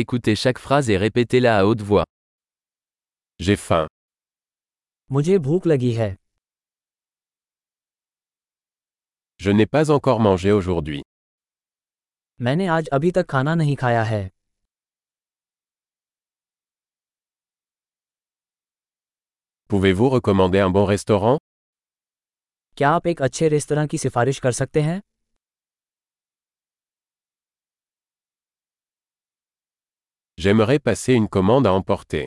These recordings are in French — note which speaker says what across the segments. Speaker 1: Écoutez chaque phrase et répétez-la à haute voix.
Speaker 2: J'ai faim.
Speaker 3: मुझे भूख लगी है
Speaker 2: Je n'ai pas encore mangé aujourd'hui.
Speaker 3: मैंने आज अभी तक खाना नहीं खाया है
Speaker 2: Pouvez-vous recommander un bon restaurant
Speaker 3: क्या आप एक अच्छे रेस्तरा की सिफारिश कर सकते हैं
Speaker 2: J'aimerais passer une commande à emporter.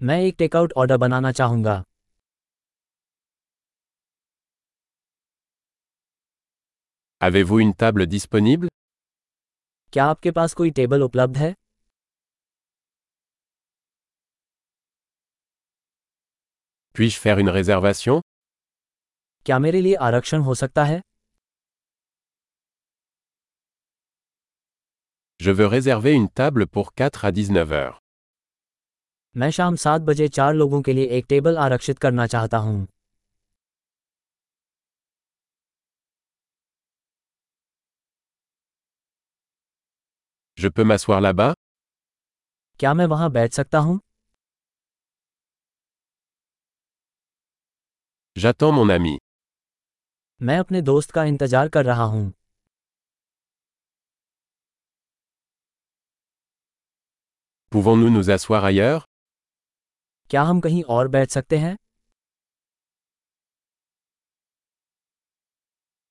Speaker 3: मैं एक टेकआउट ऑर्डर बनाना चाहूँगा
Speaker 2: Avez-vous une table disponible
Speaker 3: क्या आपके पास कोई टेबल उपलब्ध है
Speaker 2: Puis-je faire une réservation
Speaker 3: क्या मेरे लिए आरक्षण हो सकता है
Speaker 2: Je veux réserver une table pour 4 à 19 heures.
Speaker 3: मैं शाम सात बजे चार लोगों के लिए एक टेबल आरक्षित करना चाहता हूँ
Speaker 2: Je peux m'asseoir là-bas
Speaker 3: क्या मैं वहाँ बैठ सकता हूँ
Speaker 2: J'attends mon ami.
Speaker 3: मैं अपने दोस्त का इंतजार कर रहा हूँ
Speaker 2: Pouvons-nous nous asseoir ailleurs
Speaker 3: क्या हम कहीं और बैठ सकते हैं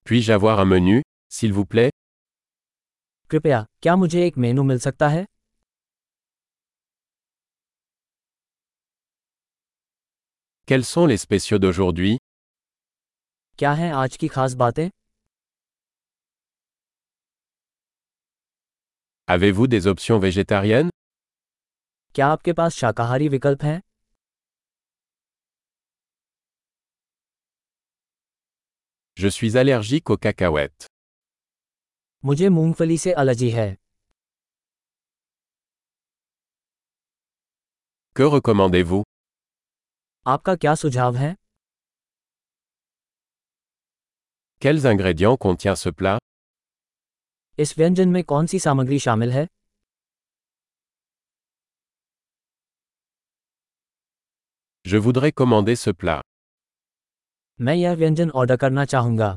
Speaker 2: Puis-je avoir un menu, s'il vous plaît
Speaker 3: कृपया क्या मुझे एक मेनू मिल सकता है
Speaker 2: Quels sont les spéciaux d'aujourd'hui
Speaker 3: क्या हैं आज की खास बातें
Speaker 2: Avez-vous des options végétariennes
Speaker 3: क्या आपके पास शाकाहारी विकल्प हैं
Speaker 2: Je suis allergique aux cacahuètes.
Speaker 3: मुझे मूंगफली से एलर्जी है
Speaker 2: Que recommandez-vous
Speaker 3: आपका क्या सुझाव है
Speaker 2: Quels ingrédients contient ce plat
Speaker 3: इस व्यंजन में कौन सी सामग्री शामिल है
Speaker 2: Je voudrais commander ce plat.
Speaker 3: मैं यह व्यंजन ऑर्डर करना चाहूँगा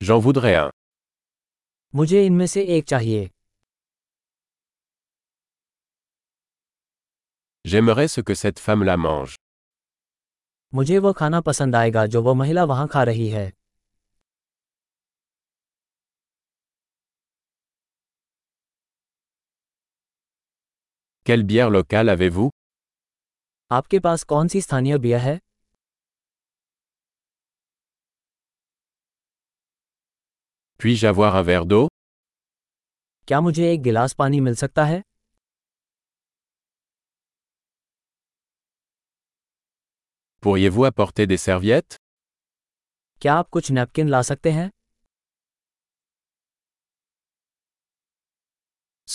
Speaker 2: J'en voudrais un.
Speaker 3: मुझे इनमें से एक चाहिए
Speaker 2: J'aimerais ce que cette femme la mange.
Speaker 3: मुझे वह खाना पसंद आएगा जो वह महिला वहाँ खा रही है
Speaker 2: Quelle bière locale avez-vous
Speaker 3: आपके पास कौन सी स्थानीय बियर है
Speaker 2: Puis-je avoir un verre d'eau
Speaker 3: क्या मुझे एक गिलास पानी मिल सकता है
Speaker 2: Pourriez-vous apporter des serviettes
Speaker 3: क्या आप कुछ नैपकिन ला सकते हैं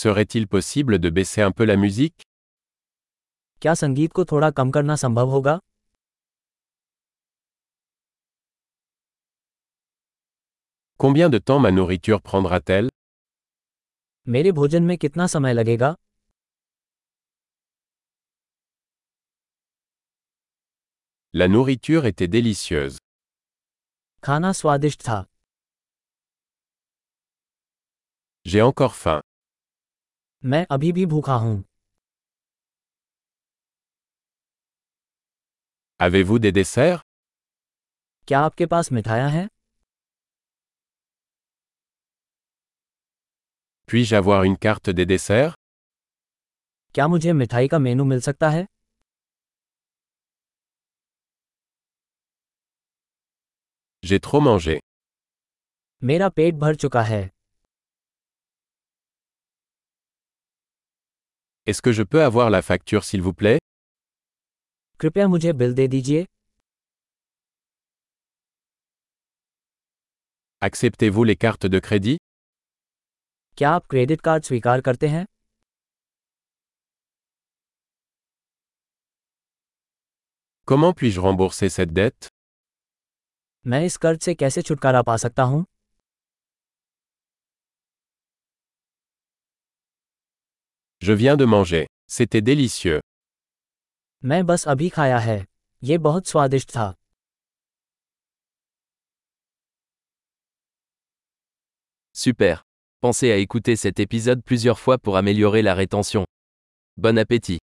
Speaker 2: Serait-il possible de baisser un peu la musique
Speaker 3: क्या संगीत को थोड़ा कम करना संभव होगा
Speaker 2: Combien de temps ma nourriture prendra-t-elle
Speaker 3: मेरे भोजन में कितना समय लगेगा
Speaker 2: La nourriture était délicieuse.
Speaker 3: खाना स्वादिष्ट था
Speaker 2: J'ai encore faim.
Speaker 3: मैं अभी भी भूखा हूँ
Speaker 2: Avez-vous des desserts
Speaker 3: क्या आपके पास मिठाइयाँ हैं
Speaker 2: Puis-je avoir une carte des desserts
Speaker 3: क्या मुझे मिठाई का मेनू मिल सकता है
Speaker 2: J'ai trop mangé.
Speaker 3: मेरा पेट भर चुका है
Speaker 2: Est-ce que je peux avoir la facture s'il vous plaît
Speaker 3: कृपया मुझे बिल दे दीजिए
Speaker 2: Acceptez-vous les cartes de crédit
Speaker 3: क्या आप क्रेडिट कार्ड स्वीकार करते हैं
Speaker 2: Comment puis-je rembourser cette dette
Speaker 3: मैं इस कर्ज से कैसे छुटकारा पा सकता हूँ
Speaker 4: Je viens de manger. C'était délicieux.
Speaker 3: मैं बस अभी खाया है ये बहुत स्वादिष्ट था
Speaker 2: Super. Pensez à écouter cet épisode plusieurs fois pour améliorer la rétention. Bon appétit.